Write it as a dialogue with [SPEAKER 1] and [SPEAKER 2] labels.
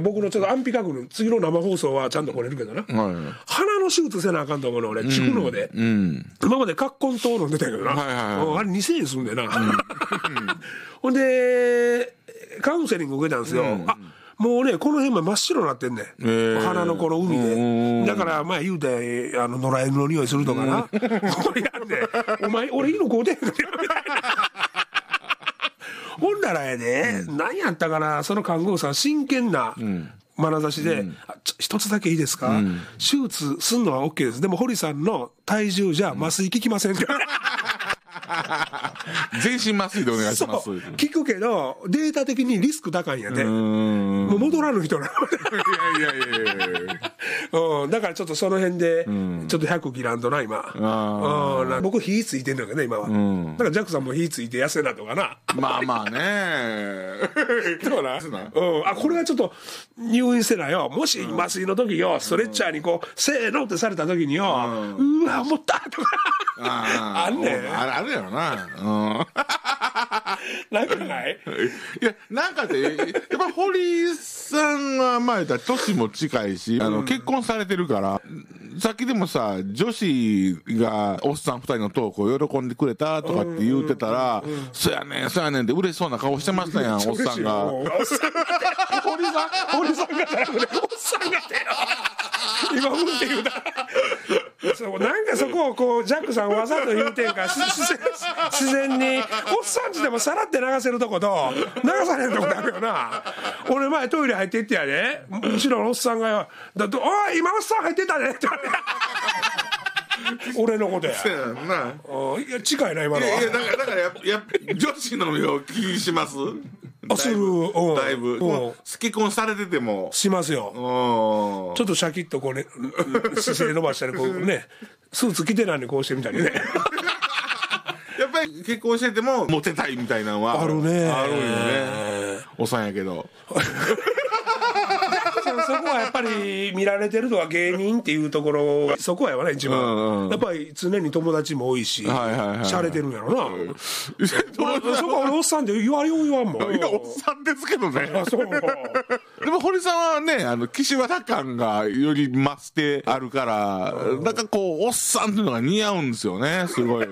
[SPEAKER 1] 僕のちょっと安否確認、次の生放送はちゃんと来れるけどな。
[SPEAKER 2] は
[SPEAKER 1] 鼻の手術せなあかんと思うの、俺、蓄能で。
[SPEAKER 2] い。うん。
[SPEAKER 1] 今まで葛根糖飲んでたけどな。
[SPEAKER 2] はいはいはい
[SPEAKER 1] うんあれ2000円すんでな。 ほんで、カウンセリング受けたんですよ。あもうね、この辺も真っ白になってんね
[SPEAKER 2] へ
[SPEAKER 1] ん。
[SPEAKER 2] え
[SPEAKER 1] 鼻のこの海で。だから、まあ言うて、あの、野良犬の匂いするとかな。これやって、お前、俺犬こうてん のほんならやで、何やったかな、その看護婦さん、真剣な眼差しで、あちょ一つだけいいですか、手術すんのは OK です。でも、堀さんの体重じゃ麻酔効きませんって。
[SPEAKER 2] 全身麻酔でお願いし
[SPEAKER 1] そう
[SPEAKER 2] ます。う
[SPEAKER 1] 聞くけど、データ的にリスク高いんやで、も
[SPEAKER 2] ーん。
[SPEAKER 1] う戻らぬ人なの
[SPEAKER 2] いやいやいやいやいや。
[SPEAKER 1] うん、だからちょっとその辺で、ちょっと100切らんとな、今。
[SPEAKER 2] あ
[SPEAKER 1] うん僕、火ついてんのよね、今は。だから、ジャックさんも火ついて痩せなとかな。
[SPEAKER 2] まあまあね。
[SPEAKER 1] そうな。う
[SPEAKER 2] そうなん
[SPEAKER 1] ん。あ、これはちょっと、入院せなよ。もし、麻酔の時よ、ストレッチャーにこう、せーのってされた時によ、うわ、思ったとか。
[SPEAKER 2] あ
[SPEAKER 1] あんねん
[SPEAKER 2] あるあるやろな。うん。
[SPEAKER 1] なんかない
[SPEAKER 2] いや、なんかで、やっぱ堀さんは、まあ言ったら、年も近いし、あの、結婚されてるから、さっきでもさ、女子が、おっさん二人のトークを喜んでくれたとかって言うてたら、そやねん、そやねんって嬉しそうな顔してましたやん、おっさんが。
[SPEAKER 1] おっさんが。堀さん、堀さんがじゃなくて、おっさんがだよ。今、うんって言うた。そうなんかそこをこうジャックさんわざと言うてんかす自然自然におっさんちでもさらって流せるとこと流されるとこってあるよな俺前トイレ入ってってやで後ろのおっさんがよ「だっておい今おっさん入ってたね」って言われて俺の ことや
[SPEAKER 2] そやんな。
[SPEAKER 1] うんいや近いな今
[SPEAKER 2] い
[SPEAKER 1] のは
[SPEAKER 2] やいや、だから、だからやっぱ、やっぱ女子の目を気にします
[SPEAKER 1] あするうん
[SPEAKER 2] だいぶ。
[SPEAKER 1] うん
[SPEAKER 2] 好き婚されてても。
[SPEAKER 1] しますよ
[SPEAKER 2] うん。
[SPEAKER 1] ちょっとシャキッとこうね、姿勢伸ばしたり、こうね、スーツ着てないのにこうしてみた りね。
[SPEAKER 2] やっぱり結婚しててもモテたいみたいなのは
[SPEAKER 1] あるね
[SPEAKER 2] あるよねおっさんやけど
[SPEAKER 1] そこはやっぱり見られてるとか芸人っていうところが、そこはやわね、一
[SPEAKER 2] うんう
[SPEAKER 1] 番。
[SPEAKER 2] ん
[SPEAKER 1] やっぱり常に友達も多いし、
[SPEAKER 2] はいはいはいはい
[SPEAKER 1] しゃれてるんやろな。
[SPEAKER 2] どう
[SPEAKER 1] そこは俺おっさんで言われよう言わんもん。
[SPEAKER 2] いやおっさんですけどね
[SPEAKER 1] あ、そう。
[SPEAKER 2] でも堀さんはねあの岸和田感がより増してあるからなんかこうおっさんっていうのが似合うんですよねすごい。